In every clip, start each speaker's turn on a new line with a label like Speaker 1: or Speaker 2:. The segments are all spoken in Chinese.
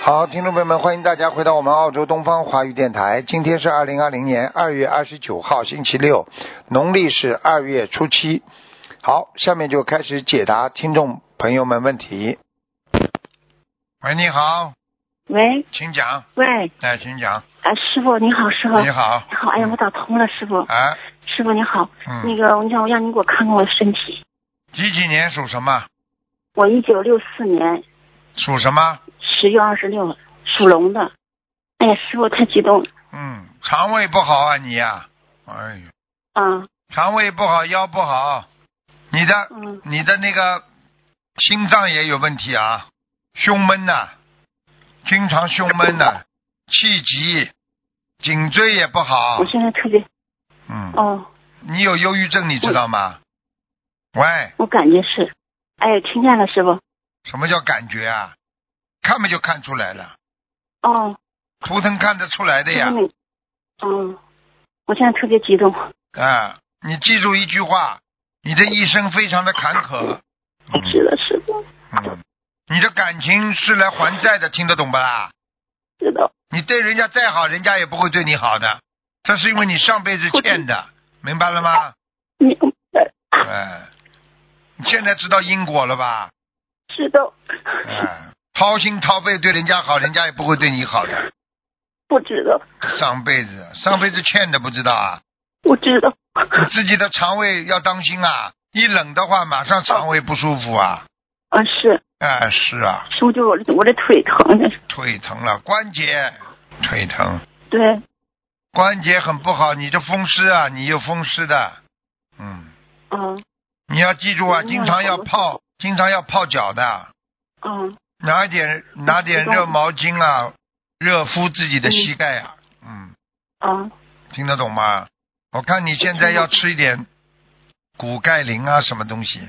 Speaker 1: 好，听众朋友们，欢迎大家回到我们澳洲东方华语电台。今天是二零二零年二月二十九号，星期六，农历是二月初七。好，下面就开始解答听众朋友们问题。喂，你好，
Speaker 2: 喂
Speaker 1: 请讲。
Speaker 2: 喂，
Speaker 1: 哎，请讲。
Speaker 2: 啊，师傅您好，师傅
Speaker 1: 你好。
Speaker 2: 你好，哎呀，我打通了，师傅，
Speaker 1: 哎，
Speaker 2: 师傅您好，那
Speaker 1: 嗯，
Speaker 2: 个，我想让您给我看看我的身体，
Speaker 1: 几几年属什么？
Speaker 2: 我一九六四年
Speaker 1: 属什么？
Speaker 2: 十月二十六属龙的，哎呀，师傅太激动了，
Speaker 1: 嗯，肠胃不好啊，你呀、哎呦，
Speaker 2: 啊，
Speaker 1: 肠胃不好，腰不好，你的
Speaker 2: 嗯，
Speaker 1: 你的那个心脏也有问题啊，胸闷呐、经常胸闷呐、气急，颈椎也不好
Speaker 2: 我。现在特别，
Speaker 1: 嗯，
Speaker 2: 哦，
Speaker 1: 你有忧郁症，你知道吗？喂，
Speaker 2: 我感觉是，哎，听见了，师傅，
Speaker 1: 什么叫感觉啊？看没就看出来了，
Speaker 2: 哦，
Speaker 1: 图腾看得出来的
Speaker 2: 师
Speaker 1: 呀
Speaker 2: 傅。你，嗯，我现在特别激动，
Speaker 1: 啊，你记住一句话，你的一生非常的坎坷。嗯
Speaker 2: 是的，师傅，
Speaker 1: 嗯，你的感情是来还债的，听得懂不啦？
Speaker 2: 知道，
Speaker 1: 你对人家再好，人家也不会对你好的，这是因为你上辈子欠的，明白了吗？
Speaker 2: 明白，
Speaker 1: 哎，你现在知道因果了吧？
Speaker 2: 知道，
Speaker 1: 哎，掏心掏肺对人家好，人家也不会对你好的。
Speaker 2: 不知道，
Speaker 1: 上辈子，上辈子欠的不知道啊，
Speaker 2: 我知道， 啊
Speaker 1: 你自己的肠胃要当心啊，一冷的话马上肠胃不舒服啊。
Speaker 2: 啊，是，
Speaker 1: 哎，是啊，
Speaker 2: 师傅，就是我这我这腿疼的，
Speaker 1: 腿疼了，关节腿疼，
Speaker 2: 对。
Speaker 1: 关节很不好，你这风湿啊，你有风湿的，嗯。
Speaker 2: 嗯
Speaker 1: 你要记住啊，
Speaker 2: 嗯
Speaker 1: 经常要
Speaker 2: 好的
Speaker 1: 泡，经常要泡脚的，
Speaker 2: 嗯
Speaker 1: 拿一点拿点
Speaker 2: 知道
Speaker 1: 热毛巾啊，热敷自己的膝盖啊，嗯，
Speaker 2: 嗯
Speaker 1: 听得懂吗？我看你现在要吃一点骨钙磷啊，什么东西，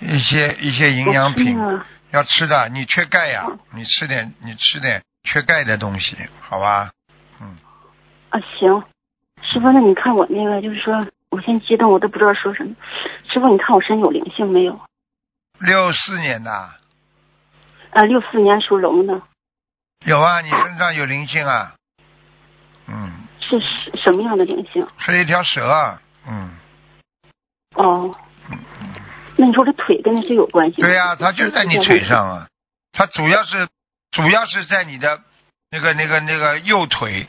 Speaker 1: 一些一些营养品
Speaker 2: 我听了
Speaker 1: 要吃的，你缺钙呀、
Speaker 2: 嗯
Speaker 1: 你吃点你吃点缺钙的东西，好吧？
Speaker 2: 啊，行，师傅，那你看我那个，就是说我现在激动，我都不知道说什么。师傅，你看我身有灵性没有？
Speaker 1: 六四年的啊
Speaker 2: 啊，六四年属龙的，
Speaker 1: 有啊，你身上有灵性啊，嗯，
Speaker 2: 是什什么样的灵性？
Speaker 1: 是一条蛇啊，嗯。
Speaker 2: 哦，那你说这腿跟那是有关系吗？
Speaker 1: 对呀、它就在你腿。上啊，它主要是主要是在你的那个那个那个右腿，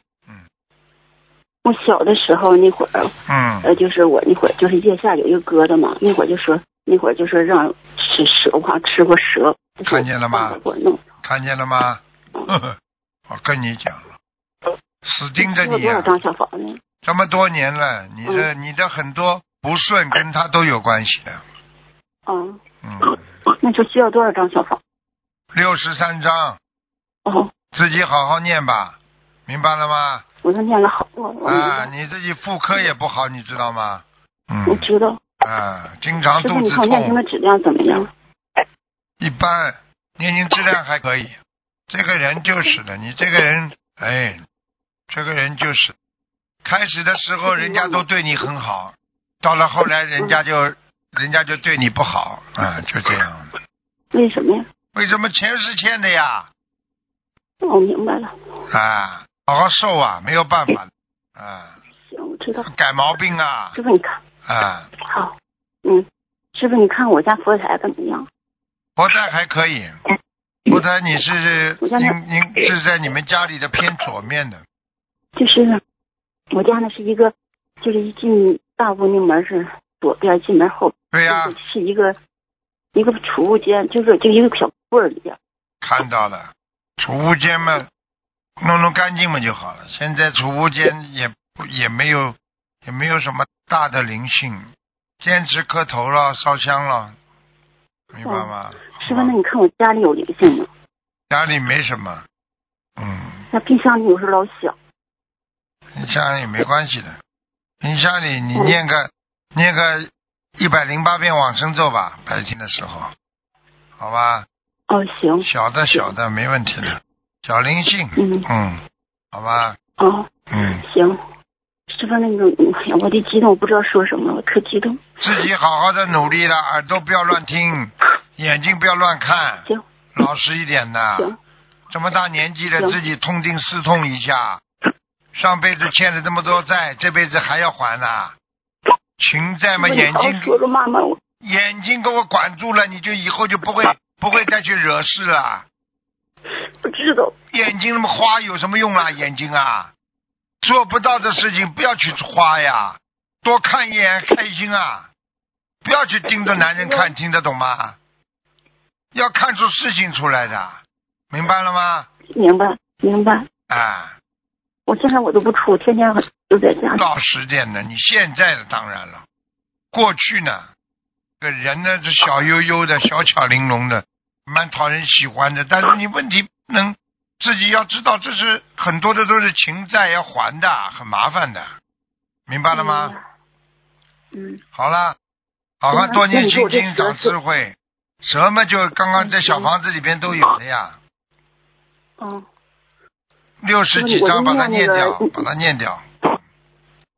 Speaker 2: 我小的时候那会儿，呃，
Speaker 1: 嗯，
Speaker 2: 就是我那会儿就是腋下有一个疙瘩嘛，那会儿就说那会儿就说让吃蛇，我好像吃过蛇。
Speaker 1: 看见了吗
Speaker 2: 给我弄。
Speaker 1: 看见了吗？ 呵呵，我跟你讲了，死盯着
Speaker 2: 吃了
Speaker 1: 你啊、
Speaker 2: 哦多少张小房子？
Speaker 1: 这么多年了，你的你的很多不顺跟他都有关系的，
Speaker 2: 嗯，
Speaker 1: 嗯，
Speaker 2: 那就需要多少张小房？
Speaker 1: 六十三章，
Speaker 2: 哦，
Speaker 1: 自己好好念吧，明白了吗？
Speaker 2: 我都念了好多了，我明
Speaker 1: 啊，
Speaker 2: 白，
Speaker 1: 你自己妇科也不好，你知道吗？
Speaker 2: 嗯我
Speaker 1: 嗯，
Speaker 2: 知道。
Speaker 1: 啊，经常
Speaker 2: 师傅，
Speaker 1: 肚
Speaker 2: 你
Speaker 1: 子
Speaker 2: 看我念经
Speaker 1: 痛
Speaker 2: 的。质量怎么样？
Speaker 1: 一般，念经质量还可以。这个人就是的，你这个人，哎，这个人就是，开始的时候人家都对你很好，到了后来人家就人家就对你不好啊，就这样。
Speaker 2: 为什么呀？
Speaker 1: 为什么钱是欠的呀？
Speaker 2: 哦我明白了，
Speaker 1: 啊，好好受啊，没有办法的啊，
Speaker 2: 行，我知道。
Speaker 1: 改毛病啊
Speaker 2: 师傅，你看，
Speaker 1: 啊，
Speaker 2: 好，嗯，师傅，你看我家佛台怎么样？
Speaker 1: 佛台还可以，佛台你是
Speaker 2: 我家那
Speaker 1: 您您是在你们家里的偏左面的，
Speaker 2: 就是我家呢是一个，就是一进大屋那门是左边，进门后
Speaker 1: 对呀、
Speaker 2: 就是是一个一个储物间，就是就一个小柜儿里边。
Speaker 1: 看到了，储物间嘛，弄弄干净嘛就好了。现在储物间也不也没有也没有什么大的灵性，坚持磕头了，烧香了，明白吗？
Speaker 2: 哦师傅，
Speaker 1: 好吧
Speaker 2: 那你看我家里有灵性吗？
Speaker 1: 家里没什么，嗯，
Speaker 2: 那冰箱里有时候老响，
Speaker 1: 你家里没关系的。你家里
Speaker 2: 哦
Speaker 1: 你念个、念个一百零八遍往生咒吧，白天的时候，好吧，
Speaker 2: 哦，行，
Speaker 1: 小的小的没问题的，小灵性，
Speaker 2: 嗯，
Speaker 1: 嗯，好吧，
Speaker 2: 哦。
Speaker 1: 嗯。
Speaker 2: 行，师傅，那个，哎呀，我这激动，我不知道说什么了，我特激动。
Speaker 1: 自己好好的努力了，耳朵不要乱听，眼睛不要乱看，
Speaker 2: 行
Speaker 1: 老实一点呐
Speaker 2: 行，
Speaker 1: 这么大年纪了，自己痛定思痛一下，上辈子欠了这么多债，这辈子还要还呐、情债嘛，
Speaker 3: 师傅你
Speaker 1: 眼
Speaker 3: 早
Speaker 1: 睛
Speaker 3: 说说妈妈，我
Speaker 1: 眼睛给我管住了，你就以后就不会不会再去惹事了。
Speaker 3: 不知道。
Speaker 1: 眼睛那么花有什么用啦？眼睛啊，做不到的事情不要去花呀，多看一眼开心啊，不要去盯着男人看，听得懂吗？要看出事情出来的，明白了吗？
Speaker 3: 明白明白，
Speaker 1: 啊，
Speaker 3: 我现在我都不出，天天都在家。
Speaker 1: 老实点呢，你现在的当然了，过去呢，这个人呢是小悠悠的、小巧玲珑的，蛮讨人喜欢的。但是你问题不能自己要知道，这是很多的都是情债要还的，很麻烦的，明白了吗？
Speaker 3: 嗯？
Speaker 1: 好啦，好好
Speaker 3: 嗯
Speaker 1: 多念心
Speaker 3: 那你
Speaker 1: 经，
Speaker 3: 说我这嗯蛇
Speaker 1: 长
Speaker 3: 是
Speaker 1: 智慧。什么就刚刚在小房子里边都有的呀，
Speaker 3: 嗯嗯，
Speaker 1: 六十几
Speaker 3: 我就
Speaker 1: 章把它念
Speaker 3: 念那
Speaker 1: 掉
Speaker 3: 个，嗯
Speaker 1: 把它念掉。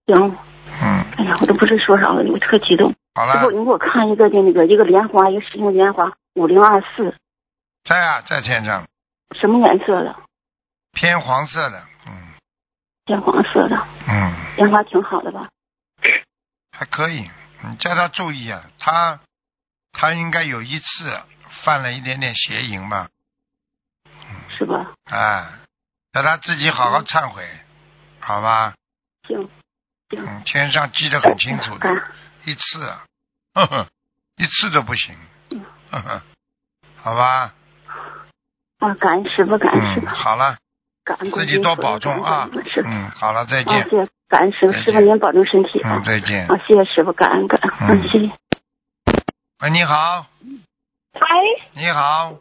Speaker 3: 行。
Speaker 1: 嗯，
Speaker 3: 哎呀，我都不知说啥了，我特激动。
Speaker 1: 好
Speaker 3: 师
Speaker 1: 了
Speaker 3: 傅，，你给我看一个的那个一个莲花，一个石英莲花，五零二四，
Speaker 1: 在啊，在天上，
Speaker 3: 什么颜色的？
Speaker 1: 偏黄色的，嗯
Speaker 3: 偏黄色的，
Speaker 1: 嗯。
Speaker 3: 莲花挺好的吧？
Speaker 1: 还可以，你叫他注意啊，他他应该有一次犯了一点点邪淫吧，
Speaker 3: 是吧？
Speaker 1: 啊，叫他自己好好忏悔，好吧？
Speaker 3: 行，哎
Speaker 1: 嗯，天上记得很清楚
Speaker 3: 感
Speaker 1: 的，一次啊， 呵呵，一次都不行， 呵呵，好吧？
Speaker 3: 啊，感恩师傅，感恩师
Speaker 1: 嗯，
Speaker 3: 傅，
Speaker 1: 好了，
Speaker 3: 感恩
Speaker 1: 自
Speaker 3: 观
Speaker 1: 己
Speaker 3: 世
Speaker 1: 多
Speaker 3: 音菩萨
Speaker 1: 保重啊
Speaker 3: 感恩，师傅，
Speaker 1: 嗯，好了，再
Speaker 3: 啊，谢
Speaker 1: 见，
Speaker 3: 谢，感恩师傅，
Speaker 1: 再见
Speaker 3: 师傅您保重身体啊
Speaker 1: 嗯，。再见。
Speaker 3: 啊，谢谢师傅，感恩感恩，
Speaker 1: 嗯
Speaker 3: 嗯，谢谢。
Speaker 1: 喂，你好，
Speaker 2: 喂，
Speaker 1: 你好，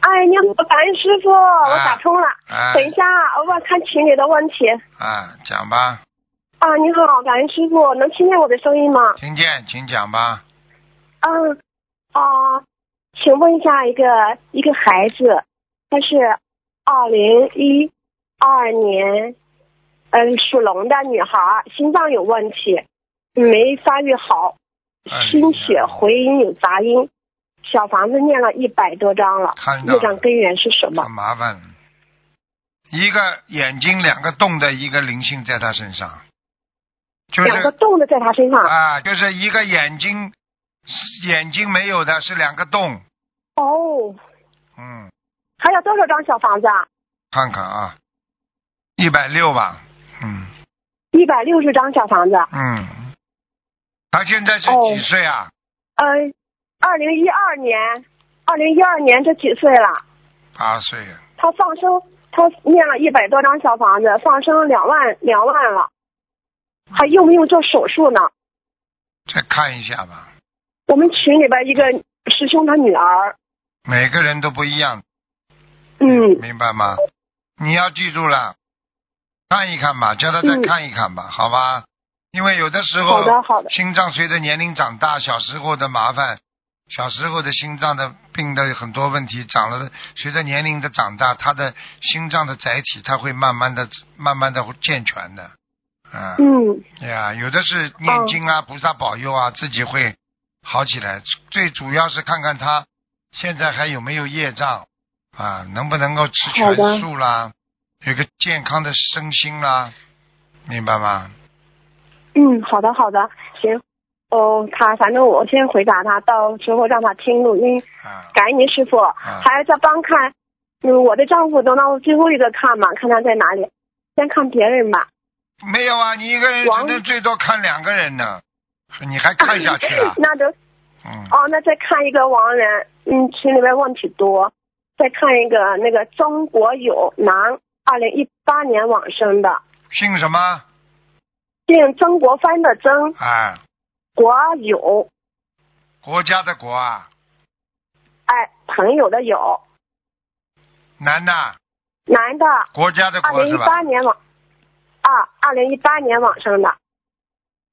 Speaker 2: 哎，你好，感恩师傅，我打通了。
Speaker 1: 哎
Speaker 2: 等一下，啊我看群里的问题。
Speaker 1: 啊，讲吧，
Speaker 2: 啊，你好，感恩师傅，能听见我的声音吗？
Speaker 1: 听见，请讲吧。
Speaker 2: 嗯，啊，请问一下，一个一个孩子，他是二零一二年，嗯，属龙的女孩，心脏有问题，没发育好，心血回音有杂音，小房子念了一百多章了
Speaker 1: 看，到了
Speaker 2: 业障根源是什么
Speaker 1: 很？麻烦了。一个眼睛两个洞的一个灵性在他身上，就
Speaker 2: 两个
Speaker 1: 是
Speaker 2: 洞的在他身上。
Speaker 1: 啊，就是一个眼睛眼睛没有的是两个洞，
Speaker 2: 哦，
Speaker 1: 嗯，
Speaker 2: 还有多少张小房子啊？
Speaker 1: 看看啊，一百六吧，嗯
Speaker 2: 一百六十张小房子。
Speaker 1: 嗯，他现在是
Speaker 2: 哦
Speaker 1: 几岁啊？
Speaker 2: 嗯，二零一二年，二零一二年这几岁了？
Speaker 1: 八岁啊，
Speaker 2: 他放生，他念了一百多张小房子，放生两万两万了，还用不用做手术呢？
Speaker 1: 再看一下吧，
Speaker 2: 我们群里边一个师兄他女儿，
Speaker 1: 每个人都不一样，
Speaker 2: 嗯，
Speaker 1: 明白吗？你要记住了，看一看吧，叫他再
Speaker 2: 嗯
Speaker 1: 看一看吧，好吧？因为有的时候
Speaker 2: 好的好的，
Speaker 1: 心脏随着年龄长大，小时候的麻烦，小时候的心脏的病的很多问题，长了随着年龄的长大，他的心脏的载体，它会慢慢的、慢慢的健全的，啊，
Speaker 2: 嗯，
Speaker 1: 呀，有的是念经啊，菩萨保佑啊，自己会好起来。最主要是看看他现在还有没有业障啊，能不能够吃
Speaker 2: 好
Speaker 1: 全
Speaker 2: 的
Speaker 1: 素啦，有个健康的身心啦，明白吗？
Speaker 2: 嗯，好的好的，行。哦，他反正我先回答他，到时候让他听录音。
Speaker 1: 啊，
Speaker 2: 感恩您师傅，还在帮看，嗯，我的丈夫等到最后一个看嘛，看他在哪里，先看别人吧。
Speaker 1: 没有啊，你一个人只
Speaker 2: 王？
Speaker 1: 能最多看两个人呢，你还看下去啊了
Speaker 2: 那都
Speaker 1: 嗯，
Speaker 2: 哦，那再看一个王人，嗯，群里面问题多，再看一个那个曾国友男，二零一八年往生的，
Speaker 1: 姓什么？
Speaker 2: 姓曾国藩的曾
Speaker 1: 啊，
Speaker 2: 国友，
Speaker 1: 国家的国啊，
Speaker 2: 哎，朋友的友，
Speaker 1: 男的，
Speaker 2: 男的，
Speaker 1: 国家的
Speaker 2: 二
Speaker 1: 国
Speaker 2: 零
Speaker 1: 是
Speaker 2: 一八
Speaker 1: 吧？
Speaker 2: 年往，啊，二零一八年往生的。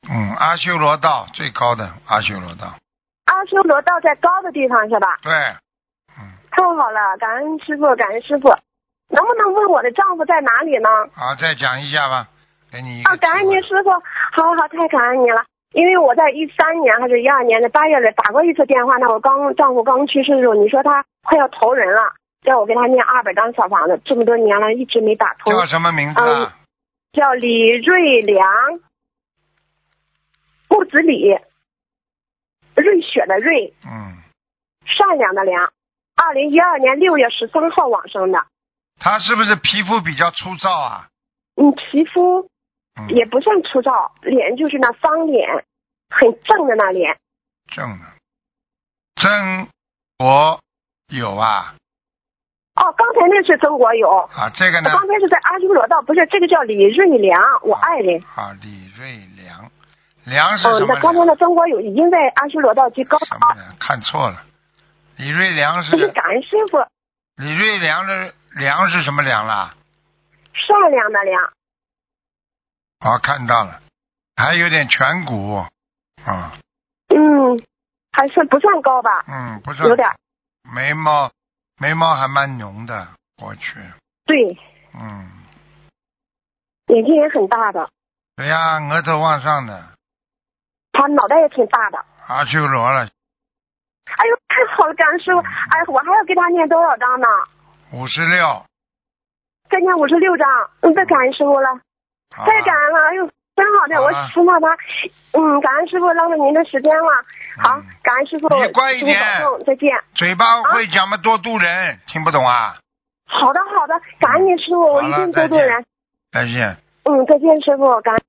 Speaker 1: 嗯，阿修罗道最高的阿修罗道，
Speaker 2: 阿修罗道在高的地方是吧？
Speaker 1: 对，
Speaker 2: 太好了，感恩师傅，感恩师傅。能不能问我的丈夫在哪里呢？
Speaker 1: 好，再讲一下吧，给你一个
Speaker 2: 啊，感恩您
Speaker 1: 机
Speaker 2: 师傅，好好，太感恩您了。因为我在一三年还是一二年的八月里打过一次电话，那我刚丈夫刚去世的时候，你说他快要投人了，让我给她念二百张小房子，这么多年了一直没打通。
Speaker 1: 叫什么名字
Speaker 2: 嗯
Speaker 1: 啊？
Speaker 2: 叫李瑞良，木子李，瑞雪的瑞，
Speaker 1: 嗯，
Speaker 2: 善良的良。二零一二年六月十三号往生的。
Speaker 1: 他是不是皮肤比较粗糙啊？
Speaker 2: 嗯，皮肤
Speaker 1: 嗯，
Speaker 2: 也不算粗糙，脸就是那方脸，很正的那脸。
Speaker 1: 正的。曾国有啊
Speaker 2: 哦，刚才那是曾国友，
Speaker 1: 啊，这个呢
Speaker 2: 刚才是在阿修罗道，不是这个叫李瑞良，我爱人。
Speaker 1: 啊，李瑞良，良是
Speaker 2: 哦
Speaker 1: 什，么
Speaker 2: 那刚才
Speaker 1: 良？
Speaker 2: 那曾国友已经在阿修罗道去高
Speaker 1: 什么良？看错了，李瑞良
Speaker 2: 不是
Speaker 1: 是
Speaker 2: 感恩师傅
Speaker 1: 李瑞良的良是什么良啦？
Speaker 2: 善良的良。
Speaker 1: 哦，看到了，还有点颧骨，啊、
Speaker 2: 嗯，还算不算高吧？
Speaker 1: 嗯，不算
Speaker 2: 有点儿，
Speaker 1: 眉毛，眉毛还蛮浓的，我去，
Speaker 2: 对，
Speaker 1: 嗯，
Speaker 2: 眼睛也很大的，
Speaker 1: 对呀，额头往上的，
Speaker 2: 他脑袋也挺大的。
Speaker 1: 阿修罗了，
Speaker 2: 哎呦，太好了，感恩师傅！哎，我还要给他念多少章呢？
Speaker 1: 五十六，
Speaker 2: 再念五十六章，嗯，再感恩师傅了，
Speaker 1: 好吧
Speaker 2: 太感恩了，哎呦，真好的，
Speaker 1: 好
Speaker 2: 我
Speaker 1: 了
Speaker 2: 听到他，嗯，感恩师傅浪费您的时间了，好
Speaker 1: 嗯，
Speaker 2: 感恩师傅，
Speaker 1: 你乖一
Speaker 2: 师傅
Speaker 1: 点
Speaker 2: 保重，再见。
Speaker 1: 嘴巴会讲嘛，多度人，听不懂啊？
Speaker 2: 好的，好的，感恩您师傅，
Speaker 1: 嗯
Speaker 2: 我
Speaker 1: 好
Speaker 2: 一
Speaker 1: 了
Speaker 2: 定多
Speaker 1: 再
Speaker 2: 做
Speaker 1: 见
Speaker 2: 人。
Speaker 1: 再见。
Speaker 2: 嗯，再见，师傅，感恩。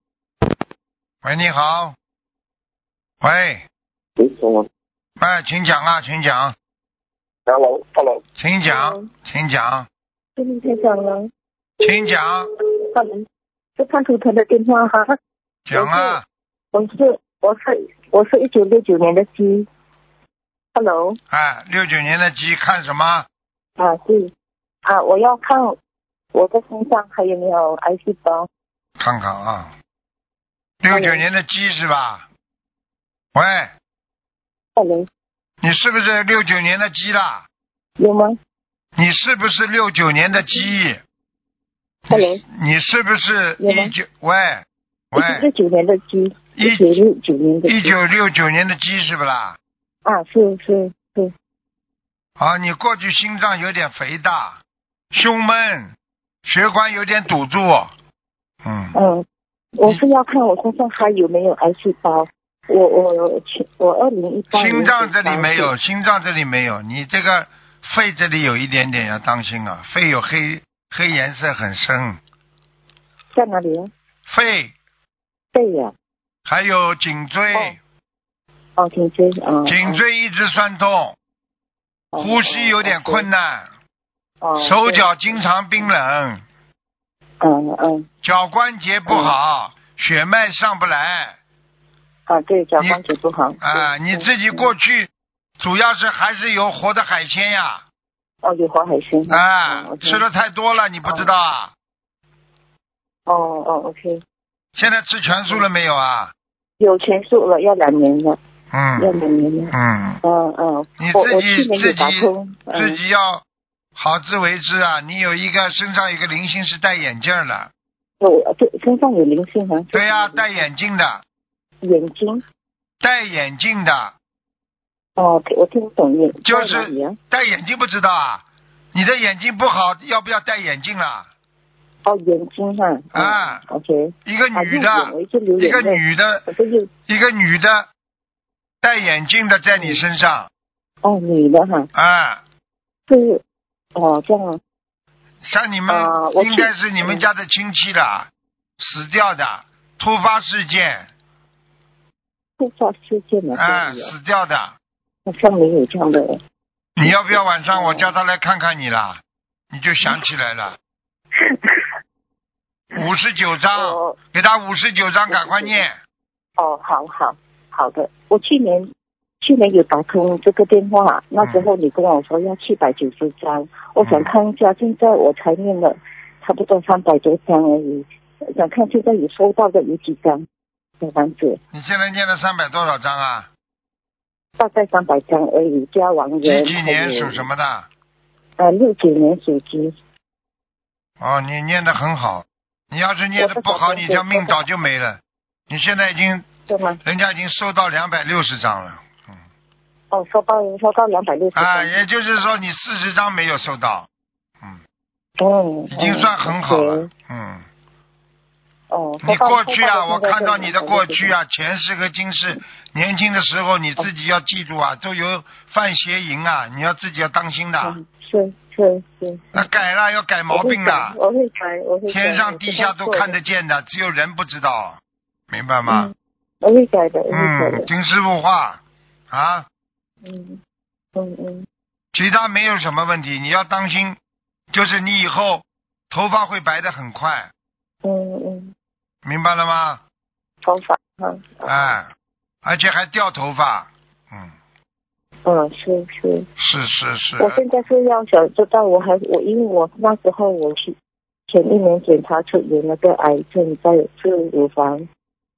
Speaker 1: 喂，你好。喂，
Speaker 4: 喂，等我。
Speaker 1: 哎，请讲啊，请讲，
Speaker 4: Hello，Hello，
Speaker 1: 请讲，请讲，
Speaker 5: 真的太爽了，
Speaker 1: 请讲，
Speaker 5: 好的，这看图腾的电话哈，
Speaker 1: 讲啊，
Speaker 5: 我是我是我是一九六九年的鸡，Hello
Speaker 1: 哎，六九年的鸡看什么？
Speaker 5: 啊对啊，我要看我的身上还有没有癌细胞，
Speaker 1: 看看啊，六九年的鸡是吧？喂，
Speaker 5: 哈喽，
Speaker 1: 你是不是六九年的鸡啦？
Speaker 5: 有吗？
Speaker 1: 你是不是六九年的鸡？
Speaker 5: 哈喽，
Speaker 1: 你是不是
Speaker 5: 有吗
Speaker 1: 一九？喂
Speaker 5: 一九
Speaker 1: 喂
Speaker 5: 六，九年的鸡，
Speaker 1: 一
Speaker 5: 一九六九年的
Speaker 1: 一
Speaker 5: 鸡
Speaker 1: 九六九年的鸡是不啦？
Speaker 5: 啊，是是是，
Speaker 1: 啊，你过去心脏有点肥大，胸闷，血管有点堵住。嗯，
Speaker 5: 嗯，我是要看我身上还有没有癌细胞，我我去我二零一八年
Speaker 1: 心脏这里
Speaker 5: 属
Speaker 1: 没
Speaker 5: 羊
Speaker 1: 有，心脏这里没有，你这个肺这里有一点点要当心啊，肺有黑黑颜色很深，
Speaker 5: 在哪里啊？
Speaker 1: 肺
Speaker 5: 对呀、
Speaker 1: 还有颈椎，
Speaker 5: 哦，颈椎啊，
Speaker 1: 颈椎一直酸痛，
Speaker 5: 哦
Speaker 1: 呼吸有点困，难，
Speaker 5: 哦
Speaker 1: 手，脚经常冰冷，
Speaker 5: 嗯嗯，
Speaker 1: 脚关节不好，血脉上不来
Speaker 5: 啊，对，脚
Speaker 1: 你
Speaker 5: 关节不好
Speaker 1: 啊！
Speaker 5: 对
Speaker 1: 你
Speaker 5: 嗯
Speaker 1: 自己过去主要是还是有活的海鲜呀
Speaker 5: 哦，有黄海参
Speaker 1: 啊
Speaker 5: 嗯，，OK
Speaker 1: 吃的太多了，你不知道啊？
Speaker 5: 哦哦，OK，
Speaker 1: 现在吃全素了没有啊？
Speaker 5: 有全素了，要两年了，要
Speaker 1: 嗯
Speaker 5: 两年了，
Speaker 1: 嗯，
Speaker 5: 嗯嗯
Speaker 1: 你，
Speaker 5: 我
Speaker 1: 自
Speaker 5: 我
Speaker 1: 己
Speaker 5: 去年有打
Speaker 1: 自己
Speaker 5: 通，
Speaker 1: 自
Speaker 5: 嗯，
Speaker 1: 己要好自为之啊！你有一个身上有一个灵性是戴眼镜的，
Speaker 5: 我对身上有灵性啊，
Speaker 1: 对呀、
Speaker 5: 就是
Speaker 1: 戴眼镜的，
Speaker 5: 眼睛，
Speaker 1: 戴眼镜的，
Speaker 5: 哦，我听不懂眼，
Speaker 1: 就是
Speaker 5: 在哪里啊
Speaker 1: 戴眼镜不知道啊？你的眼睛不好，要不要戴眼镜啊啦？
Speaker 5: 哦，眼睛哈，嗯
Speaker 1: 啊
Speaker 5: ，OK，
Speaker 1: 一个
Speaker 5: 啊
Speaker 1: 女
Speaker 5: 右眼我
Speaker 1: 的，
Speaker 5: 一直流
Speaker 1: 一
Speaker 5: 眼
Speaker 1: 个
Speaker 5: 泪，
Speaker 1: 女的，
Speaker 5: 我这就
Speaker 1: 一个女的，戴眼镜的在你身上
Speaker 5: 哦，女的哈，
Speaker 1: 啊，
Speaker 5: 是，哦，这样啊，
Speaker 1: 像你们
Speaker 5: 啊我去
Speaker 1: 应该是你们家的亲戚的，死掉的，突发事件
Speaker 5: 突发事件的
Speaker 1: 啊，死掉的，
Speaker 5: 好像没有这样的。
Speaker 1: 你要不要晚上我叫他来看看你啦？你就想起来 了，五十九章，
Speaker 5: 哦
Speaker 1: 给他五十九章，赶快念。
Speaker 5: 哦，好好好的。我去年去年有打通这个电话，那时候你跟我说要七百九十张，我想看一下，现在我才念了差不多三百多张而已，想看现在有收到的有几张小房子，
Speaker 1: 你现在念了三百多少章啊？
Speaker 5: 大概三百张而已，加完
Speaker 1: 几
Speaker 5: 人
Speaker 1: 几
Speaker 5: 还
Speaker 1: 年
Speaker 5: 有
Speaker 1: 属什？么的？
Speaker 5: 呃，六九年属鸡。
Speaker 1: 哦，你念的很好。你要是念的不好，
Speaker 5: 我不
Speaker 1: 你
Speaker 5: 想
Speaker 1: 这命早就没了。你现在已经，
Speaker 5: 对吗？
Speaker 1: 人家已经收到两百六十张了。
Speaker 5: 哦哦，收到收到两百六十。
Speaker 1: 啊，也就是说你四十张没有收到，嗯，
Speaker 5: 嗯，
Speaker 1: 已经算很好了
Speaker 5: 嗯，
Speaker 1: 嗯。
Speaker 5: 哦，收
Speaker 1: 你
Speaker 5: 到
Speaker 1: 过去啊，我看到你的过去，
Speaker 5: 收
Speaker 1: 啊，前世和今世，年轻的时候你自己要记住啊，都有犯邪淫啊，你要自己要当心
Speaker 5: 到
Speaker 1: 的
Speaker 5: 现。在两百六十嗯是是是，
Speaker 1: 那改了要改毛病的，
Speaker 5: 我会改，我会改。
Speaker 1: 天上地下都看
Speaker 5: 得
Speaker 1: 得见的，只有人不知道，明白吗？
Speaker 5: 嗯我会改的，我会改
Speaker 1: 嗯，
Speaker 5: 的，
Speaker 1: 听师傅话啊，
Speaker 5: 嗯嗯嗯，
Speaker 1: 其他没有什么问题，你要当心，就是你以后头发会白的很快，
Speaker 5: 嗯嗯，
Speaker 1: 明白了吗？
Speaker 5: 头发哈，
Speaker 1: 哎，而且还掉头发，嗯，
Speaker 5: 嗯是是，
Speaker 1: 是啊是是，
Speaker 5: 我现在是要想知道，我还我因为我那时候我去前一年检查出有那个癌症在是乳房，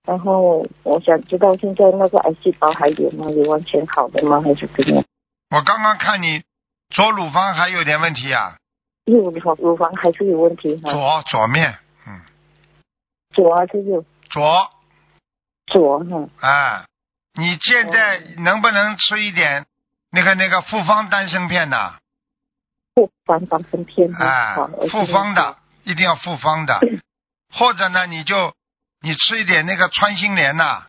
Speaker 5: 然后我想知道现在那个癌细胞还有吗？有完全好的吗？还是怎样？
Speaker 1: 我刚刚看你左乳房还有点问题啊，
Speaker 5: 右乳房乳房还是有问题哈，
Speaker 1: 左左面，嗯，
Speaker 5: 左还是右？
Speaker 1: 左，
Speaker 5: 左哈，
Speaker 1: 哎，你现在
Speaker 5: 嗯
Speaker 1: 能不能吃一点那个那个复方丹参片呐？
Speaker 5: 复方防身片
Speaker 1: 哎
Speaker 5: 嗯好，，我
Speaker 1: 复
Speaker 5: 现在
Speaker 1: 方的一定要复方的，
Speaker 5: 嗯
Speaker 1: 或者呢，你就你吃一点那个穿心莲呐、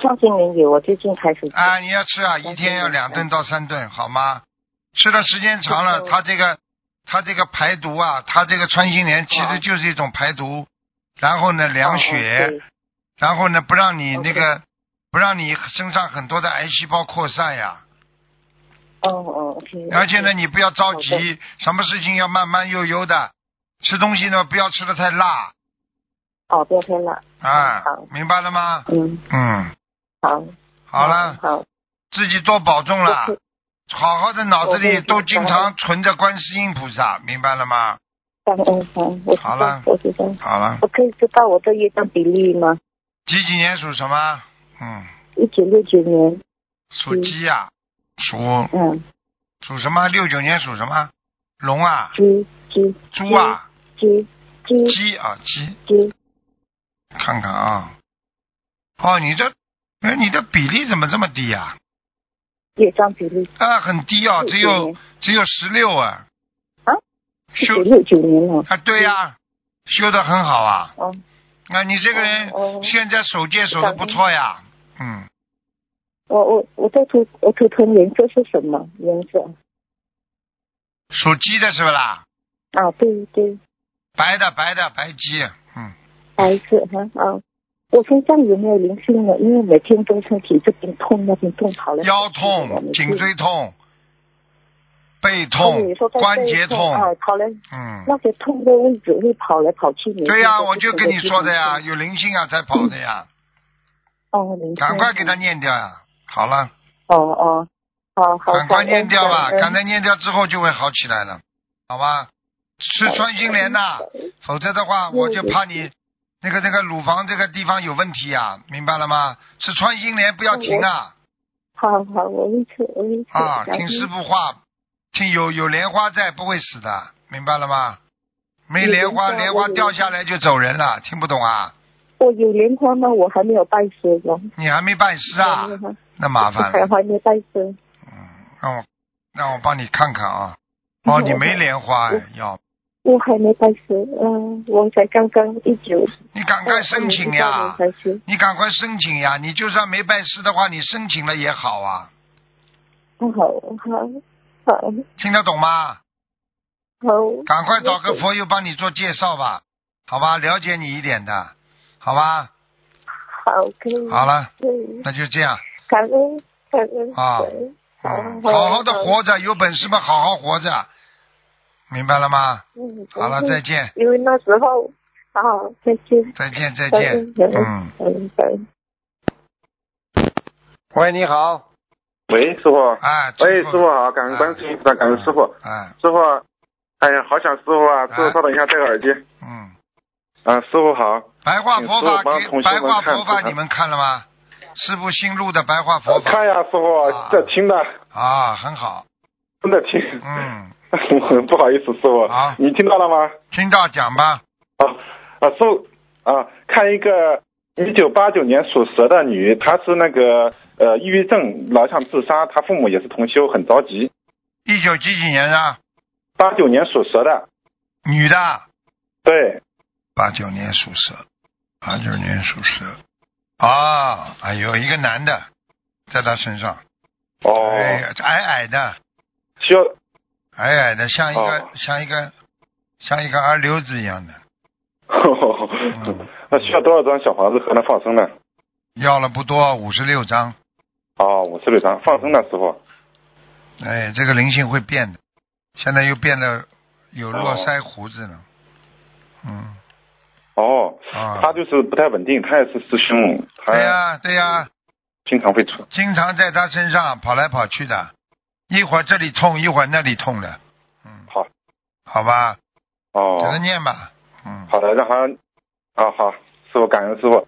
Speaker 5: 创新年有，我最近开始吃
Speaker 1: 啊，你要吃啊，一天要两顿到三顿，好吗？吃的时间长了，
Speaker 5: 嗯
Speaker 1: 它这个它这个排毒啊，啊它这个穿心莲其实就是一种排毒，然后呢
Speaker 5: 哦
Speaker 1: 凉
Speaker 5: 哦
Speaker 1: 血
Speaker 5: 对，
Speaker 1: 然后呢不让你那
Speaker 5: OK
Speaker 1: 个不让你身上很多的癌细胞扩散呀，
Speaker 5: 哦哦，OK，
Speaker 1: 而且呢
Speaker 5: OK，
Speaker 1: 你不要着
Speaker 5: 好
Speaker 1: 急，什么事情要慢慢悠悠的，吃东西呢不要吃的太辣
Speaker 5: 哦，不要太辣，
Speaker 1: 啊
Speaker 5: 好，
Speaker 1: 明白了吗？
Speaker 5: 嗯，
Speaker 1: 嗯，
Speaker 5: 好，
Speaker 1: 好了，
Speaker 5: 好，
Speaker 1: 自己多保重啦
Speaker 5: 我会，
Speaker 1: 好好的脑子
Speaker 5: 我
Speaker 1: 里
Speaker 5: 会
Speaker 1: 都经
Speaker 5: 感
Speaker 1: 常存着观世音菩萨，明白了吗？
Speaker 5: 感恩感恩，我知
Speaker 1: 好
Speaker 5: 道
Speaker 1: 了
Speaker 5: 我知道，
Speaker 1: 好了，
Speaker 5: 我可以知道我的业障比例吗？
Speaker 1: 几几年属什么？嗯，
Speaker 5: 一九六九年，
Speaker 1: 属鸡呀、属
Speaker 5: 嗯，
Speaker 1: 属什么？六九年属什么？龙啊，
Speaker 5: 猪猪
Speaker 1: 猪啊，
Speaker 5: 猪猪
Speaker 1: 鸡啊，鸡，
Speaker 5: 猪，
Speaker 1: 看看啊。哦，你这，哎，你的比例怎么这么低呀、
Speaker 5: 业障比例
Speaker 1: 啊？很低哦，只有只有十六啊。
Speaker 5: 嗯啊？一
Speaker 1: 修
Speaker 5: 九六九年哦了，
Speaker 1: 啊，对呀、修的很好啊。
Speaker 5: 哦，
Speaker 1: 啊，你这个人
Speaker 5: 哦哦
Speaker 1: 现在手戒手的不错呀，嗯，
Speaker 5: 我我我在图我图腾颜色是什么颜色？
Speaker 1: 属鸡的是不啦？
Speaker 5: 啊，对对，
Speaker 1: 白的白的白鸡，嗯，
Speaker 5: 白色哈啊。我身上有没有灵性呢？因为每天都身体这边痛那边痛，跑来
Speaker 1: 腰
Speaker 5: 跑去的
Speaker 1: 痛、颈
Speaker 5: 每天
Speaker 1: 椎痛、背
Speaker 5: 哦
Speaker 1: 痛
Speaker 5: 你说、在
Speaker 1: 关
Speaker 5: 背
Speaker 1: 节
Speaker 5: 痛啊，跑来
Speaker 1: 嗯，
Speaker 5: 那些痛的位置会跑来跑去。每
Speaker 1: 对
Speaker 5: 天
Speaker 1: 呀，
Speaker 5: 都
Speaker 1: 我
Speaker 5: 是
Speaker 1: 就
Speaker 5: 这
Speaker 1: 跟
Speaker 5: 个
Speaker 1: 你
Speaker 5: 地
Speaker 1: 说的呀，
Speaker 5: 方痛。
Speaker 1: 有灵性啊才跑的呀，
Speaker 5: 哦，灵性
Speaker 1: 赶快给他念掉呀，好了，
Speaker 5: 哦哦，好好，
Speaker 1: 赶快念掉吧，赶
Speaker 5: 感恩
Speaker 1: 快念掉之后就会好起来了，好吧？吃穿心莲呐，否则的话我就怕你那个那个乳房这个地方有问题呀，明白了吗？吃穿心莲不要停啊。
Speaker 5: 好好，我会吃，我会吃。
Speaker 1: 啊，
Speaker 5: 感恩
Speaker 1: 听师傅话，听有有莲花在不会死的，明白了吗？没莲花，
Speaker 5: 有莲花
Speaker 1: 莲花掉下来就走人了，听不懂啊？
Speaker 5: 我哦有莲花吗？我还没有拜师呢。
Speaker 1: 你还没拜师啊
Speaker 5: 还没？有
Speaker 1: 那麻 烦
Speaker 5: 还
Speaker 1: 了，
Speaker 5: 还没拜师。
Speaker 1: 让我让我帮你看看啊。哦，
Speaker 5: 嗯
Speaker 1: 你没莲花哎
Speaker 5: 我
Speaker 1: 要
Speaker 5: 我还没拜师，嗯、我才刚刚一九。
Speaker 1: 你赶快申请呀
Speaker 5: 我，才去。
Speaker 1: 你赶快申请呀！你就算没拜师的话，你申请了也好啊，
Speaker 5: 好好好
Speaker 1: 听得懂吗？
Speaker 5: 好。
Speaker 1: 赶快找个佛友帮你做介绍吧，好吧，了解你一点的，好吧？
Speaker 5: 好，可以。
Speaker 1: 好了，
Speaker 5: 可以，
Speaker 1: 那就这样。
Speaker 5: 感恩感恩。
Speaker 1: 啊
Speaker 5: 感恩好
Speaker 1: 嗯，好好的。活着，有本事嘛，好好活着，明白了吗？
Speaker 5: 嗯，
Speaker 1: 好了，再见，
Speaker 5: 因为那时候啊，再见，
Speaker 1: 再见，再
Speaker 5: 感
Speaker 1: 见
Speaker 5: 恩，感恩
Speaker 1: 嗯。
Speaker 5: 感恩感恩。
Speaker 1: 喂，你好，
Speaker 4: 喂，师傅。
Speaker 1: 哎，
Speaker 4: 喂，
Speaker 1: 师
Speaker 4: 师
Speaker 1: 傅啊
Speaker 4: 傅好，感恩观世音菩萨，感恩师傅。
Speaker 1: 哎，
Speaker 4: 师傅，哎呀，好想师傅啊！师傅，稍等一下，戴个耳机。
Speaker 1: 嗯，
Speaker 4: 啊，师傅好。
Speaker 1: 白话佛法
Speaker 4: 请师傅帮
Speaker 1: 给
Speaker 4: 同学
Speaker 1: 白
Speaker 4: 们
Speaker 1: 话
Speaker 4: 看
Speaker 1: 佛法，
Speaker 4: 看
Speaker 1: 你们看了吗？师傅新录的白话佛
Speaker 4: 看
Speaker 1: 法
Speaker 4: 呀，师傅
Speaker 1: 啊，
Speaker 4: 这听的，
Speaker 1: 啊，很好，
Speaker 4: 真的听。
Speaker 1: 嗯，啊
Speaker 4: 不好意思，师傅
Speaker 1: 好，
Speaker 4: 你听到了吗？
Speaker 1: 听到讲吧，
Speaker 4: 啊啊，师傅啊，看一个一九八九年属蛇的女，她是那个呃抑郁症，老想自杀，她父母也是同修，很着急。
Speaker 1: 一九几几年的？
Speaker 4: 八九年属蛇的，
Speaker 1: 女的，
Speaker 4: 对，
Speaker 1: 八九年属蛇，八九年属蛇。啊，哎呦，一个男的，在他身上，
Speaker 4: 哦，
Speaker 1: 哎呀，矮矮的，
Speaker 4: 需要
Speaker 1: 矮矮的，像一个、
Speaker 4: 哦
Speaker 1: 像一个像一个二流子一样的，嗯
Speaker 4: 那需要多少张小房子才能放生呢？
Speaker 1: 要了不多，五十六张。
Speaker 4: 哦，五十六张，放生呢，师傅。
Speaker 1: 哎，这个灵性会变的，现在又变得有络腮胡子了。嗯
Speaker 4: 哦，
Speaker 1: 啊
Speaker 4: 她，就是不太稳定，她也是师兄，
Speaker 1: 对呀、
Speaker 4: 她
Speaker 1: 对呀、
Speaker 4: 经常会出。
Speaker 1: 经常在他身上跑来跑去的，一会儿这里痛，一会儿那里痛的。嗯，
Speaker 4: 好，
Speaker 1: 好吧，给他
Speaker 4: 哦，
Speaker 1: 念吧。嗯，
Speaker 4: 好的，让她啊好，师傅感恩师傅。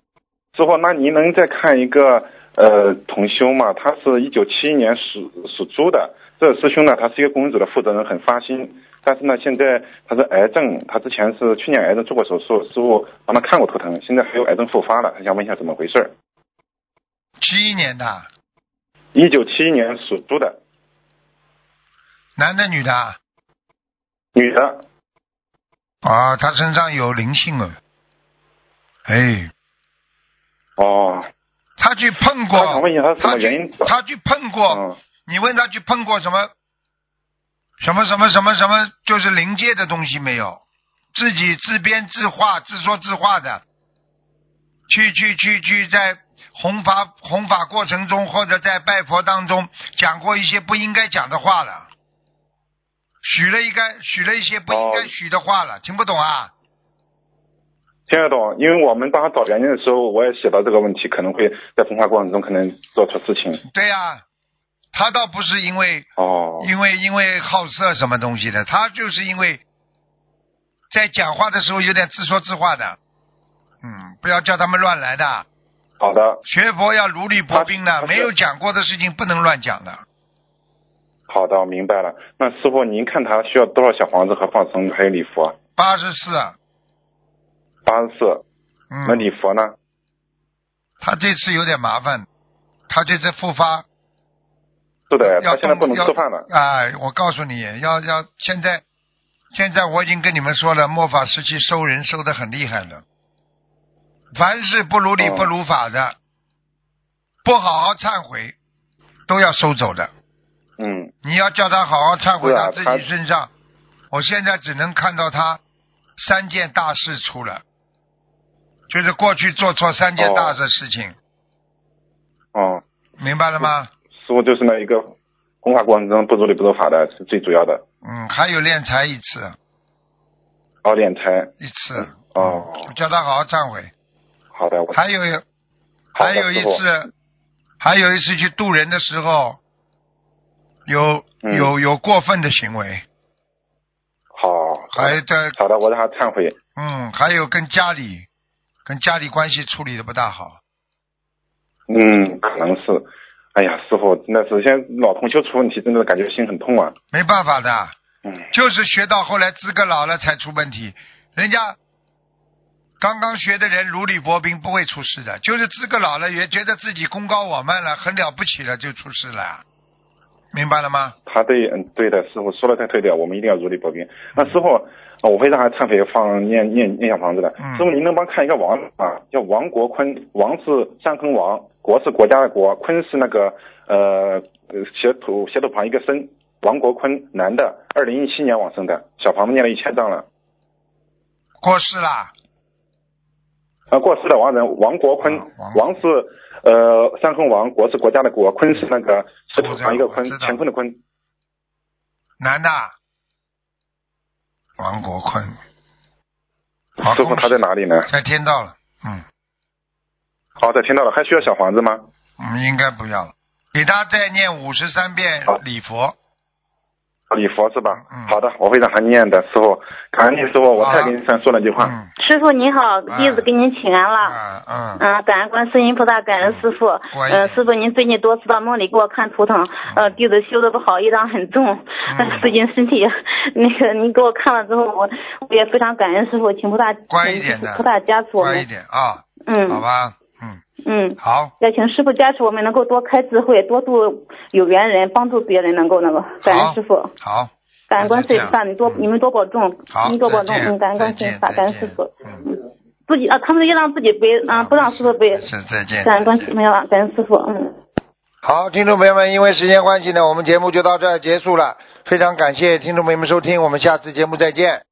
Speaker 4: 师傅，那您能再看一个呃同修嘛？他是一九七一年属属猪的，这师兄呢，他是一个公益组的负责人，很发心。但是呢，现在他是癌症，他之前是去年癌症做过手术，师傅帮他看过头疼，现在还有癌症复发了，他想问一下怎么回事儿。
Speaker 1: 七一年的，
Speaker 4: 一九七一年属猪的
Speaker 1: 男的女的啊？
Speaker 4: 女的，
Speaker 1: 啊，他身上有灵性哦。哎，
Speaker 4: 哦，
Speaker 1: 他去碰
Speaker 4: 他想
Speaker 1: 过，
Speaker 4: 问一下他是什
Speaker 1: 他
Speaker 4: 么原
Speaker 1: 去
Speaker 4: 因？
Speaker 1: 他去碰过，
Speaker 4: 嗯，
Speaker 1: 你问他去碰过什么什么什么什么什么，就是临界的东西没有？自己自编自画、自说自话的，去去去去，在弘法弘法过程中，或者在拜佛当中，讲过一些不应该讲的话了，许了一该许了一些不应该
Speaker 4: 哦
Speaker 1: 许的话了，听不懂啊？
Speaker 4: 听得懂，因为我们帮他找原因的时候，我也写到这个问题，可能会在分化过程中可能做错事情。
Speaker 1: 对呀、他倒不是因为
Speaker 4: 哦，
Speaker 1: 因为因为好色什么东西的，他就是因为在讲话的时候有点自说自话的，嗯，不要叫他们乱来的，
Speaker 4: 好的，
Speaker 1: 学佛要如履薄冰
Speaker 4: 他
Speaker 1: 的，
Speaker 4: 他
Speaker 1: 没
Speaker 4: 是
Speaker 1: 有讲过的事情不能乱讲的。
Speaker 4: 好的，明白了。那师傅，您看他需要多少小房子和放生，还有礼佛？啊
Speaker 1: 八十四，
Speaker 4: 八十四。那
Speaker 1: 嗯，
Speaker 4: 礼佛呢？
Speaker 1: 他这次有点麻烦，他这次复发
Speaker 4: 是的，
Speaker 1: 要
Speaker 4: 哎他现在不能
Speaker 1: 要
Speaker 4: 吃饭了。
Speaker 1: 啊、我告诉你，要要现在现在我已经跟你们说了，末法时期收人收的很厉害的，凡是不如理
Speaker 4: 哦
Speaker 1: 不如法的，不好好忏悔，都要收走的。
Speaker 4: 嗯，
Speaker 1: 你要叫他好好忏悔
Speaker 4: 是
Speaker 1: 到
Speaker 4: 啊
Speaker 1: 自
Speaker 4: 他
Speaker 1: 己身上。我现在只能看到他三件大事出了，就是过去做错三件
Speaker 4: 哦
Speaker 1: 大的事情，
Speaker 4: 哦，
Speaker 1: 明白了吗？
Speaker 4: 师傅就是那一个弘法过程中不如理不如法的是最主要的。
Speaker 1: 嗯，还有敛财一次，
Speaker 4: 熬点财。
Speaker 1: 一次，
Speaker 4: 哦，
Speaker 1: 我叫他好好忏悔。
Speaker 4: 好的，我
Speaker 1: 嗯还有
Speaker 4: 好的
Speaker 1: 还有一
Speaker 4: 师傅
Speaker 1: 次，还有一次去渡人的时候，有
Speaker 4: 嗯
Speaker 1: 有有过分的行为，
Speaker 4: 好。
Speaker 1: 还在
Speaker 4: 好的，我让他忏悔。
Speaker 1: 嗯，还有跟家里跟家里关系处理的不大好。
Speaker 4: 嗯，可能是。哎呀，师傅，真的是现在老同修出问题，真的感觉心很痛啊。
Speaker 1: 没办法的，
Speaker 4: 嗯，
Speaker 1: 就是学到后来资格老了才出问题。人家刚刚学的人如履薄冰，不会出事的。就是资格老了，也觉得自己功高我慢了，很了不起了，就出事了。明白了吗？
Speaker 4: 他对，嗯，对的，师傅说的太对了，我们一定要如履薄冰。那
Speaker 1: 嗯
Speaker 4: 师傅，呃我会让他忏悔放念念念小房子的。
Speaker 1: 嗯
Speaker 4: 师傅，您能帮看一个王啊？叫王国坤，王是山坑王，国是国家的国，坤是那个呃呃斜土斜土旁一个生。王国坤，男的，二零一七年往生的，小房子念了一千张了。
Speaker 1: 过世啦，
Speaker 4: 啊，过世的亡人王国坤，
Speaker 1: 啊王
Speaker 4: 王是呃山坑王，国是国家的国，坤是那个石头旁一个坤
Speaker 1: 我知，道
Speaker 4: 乾坤的坤。
Speaker 1: 男的，王国坤。好，
Speaker 4: 师傅他在
Speaker 1: 恭
Speaker 4: 哪里呢
Speaker 1: 喜？在天道了，嗯
Speaker 4: 好的，听到了，还需要小房子吗？
Speaker 1: 嗯，应该不要了。给他再念五十三遍
Speaker 4: 好
Speaker 1: 礼佛，
Speaker 4: 礼啊佛是吧？
Speaker 1: 嗯
Speaker 4: 好的，我会让他念的。师傅，感恩你师傅，我
Speaker 1: 好啊
Speaker 4: 太跟你说那句话。
Speaker 1: 嗯
Speaker 6: 师傅您好，弟子给您请安了。
Speaker 1: 啊嗯，
Speaker 6: 嗯，感恩观世音菩萨，感恩师傅。
Speaker 1: 乖一
Speaker 6: 嗯，
Speaker 1: 点
Speaker 6: 师傅您最近多次到梦里给我看图腾，呃，弟子修的不好，业障很重。
Speaker 1: 嗯
Speaker 6: 最近身体那个，您给我看了之后，我我也非常感恩师傅，请菩萨，
Speaker 1: 乖一点的
Speaker 6: 请菩萨加持我
Speaker 1: 乖一
Speaker 6: 们。
Speaker 1: 点啊，好
Speaker 6: 嗯，
Speaker 1: 吧，
Speaker 6: 嗯，
Speaker 1: 好，
Speaker 6: 要请师傅加持，我们能够多开智慧，多度有缘人，帮助别人，能够那个。感
Speaker 1: 好
Speaker 6: 恩师傅，
Speaker 1: 好，
Speaker 6: 感恩观世
Speaker 1: 那
Speaker 6: 音
Speaker 1: 就这嗯
Speaker 6: 菩萨，你多你们多保重
Speaker 1: 好，，
Speaker 6: 您多保重，
Speaker 1: 再见
Speaker 6: 嗯，感恩观世音菩萨，
Speaker 1: 再
Speaker 6: 感
Speaker 1: 见
Speaker 6: 恩师傅，
Speaker 1: 再见嗯
Speaker 6: 嗯，自己啊，他们也让自己背，啊，不让师傅背，
Speaker 1: 是再见，
Speaker 6: 感恩观
Speaker 1: 再
Speaker 6: 世
Speaker 1: 见
Speaker 6: 音菩萨，感恩师傅，嗯。
Speaker 1: 好，听众朋友们，因为时间关系呢，我们节目就到这儿结束了。非常感谢听众朋友们收听，我们下次节目再见。